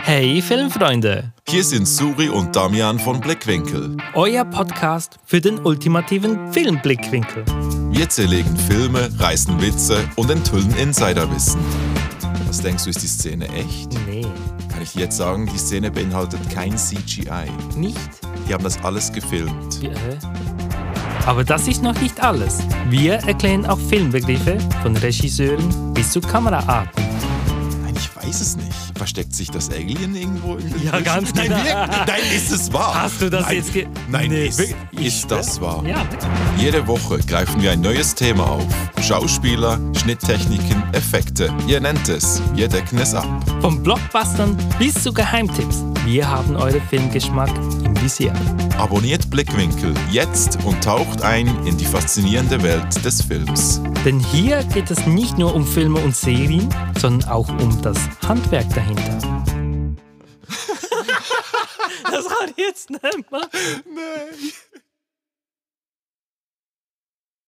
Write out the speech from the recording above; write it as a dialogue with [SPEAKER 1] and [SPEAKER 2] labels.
[SPEAKER 1] Hey Filmfreunde,
[SPEAKER 2] Hier sind Suri und Damian von Blickwinkel.
[SPEAKER 1] euer Podcast für den ultimativen Filmblickwinkel.
[SPEAKER 2] Wir zerlegen Filme, reißen Witze und enthüllen Insiderwissen. Was denkst du, ist die Szene echt?
[SPEAKER 1] Nee,
[SPEAKER 2] Kann ich dir jetzt sagen, die Szene beinhaltet kein CGI.
[SPEAKER 1] nicht? äh.
[SPEAKER 2] Die haben das alles gefilmt.
[SPEAKER 1] Ja, hä? Aber das ist noch nicht alles. Wir erklären auch Filmbegriffe von Regisseuren bis zu Kameraarten.
[SPEAKER 2] Nein, ich weiß es nicht. Versteckt sich das Alien irgendwo? In den
[SPEAKER 1] Ja,
[SPEAKER 2] Büschen?
[SPEAKER 1] ganz
[SPEAKER 2] Nein,
[SPEAKER 1] genau.
[SPEAKER 2] wirklich. Nein, ist es wahr?
[SPEAKER 1] Hast du das
[SPEAKER 2] Nein.
[SPEAKER 1] jetzt ge...
[SPEAKER 2] Nein,
[SPEAKER 1] Nee,
[SPEAKER 2] ist,
[SPEAKER 1] wirklich?
[SPEAKER 2] ist das wahr?
[SPEAKER 1] Ja.
[SPEAKER 2] Jede Woche greifen wir ein neues Thema auf. Schauspieler, Schnitttechniken, Effekte. Ihr nennt es. Wir decken es ab.
[SPEAKER 1] Von Blockbustern bis zu Geheimtipps. Wir haben euren Filmgeschmack im Visier.
[SPEAKER 2] Abonniert Blickwinkel jetzt und taucht ein in die faszinierende Welt des Films.
[SPEAKER 1] Denn hier geht es nicht nur um Filme und Serien, sondern auch um das Handwerk dahinter. das hat jetzt nicht mehr.
[SPEAKER 2] Nein.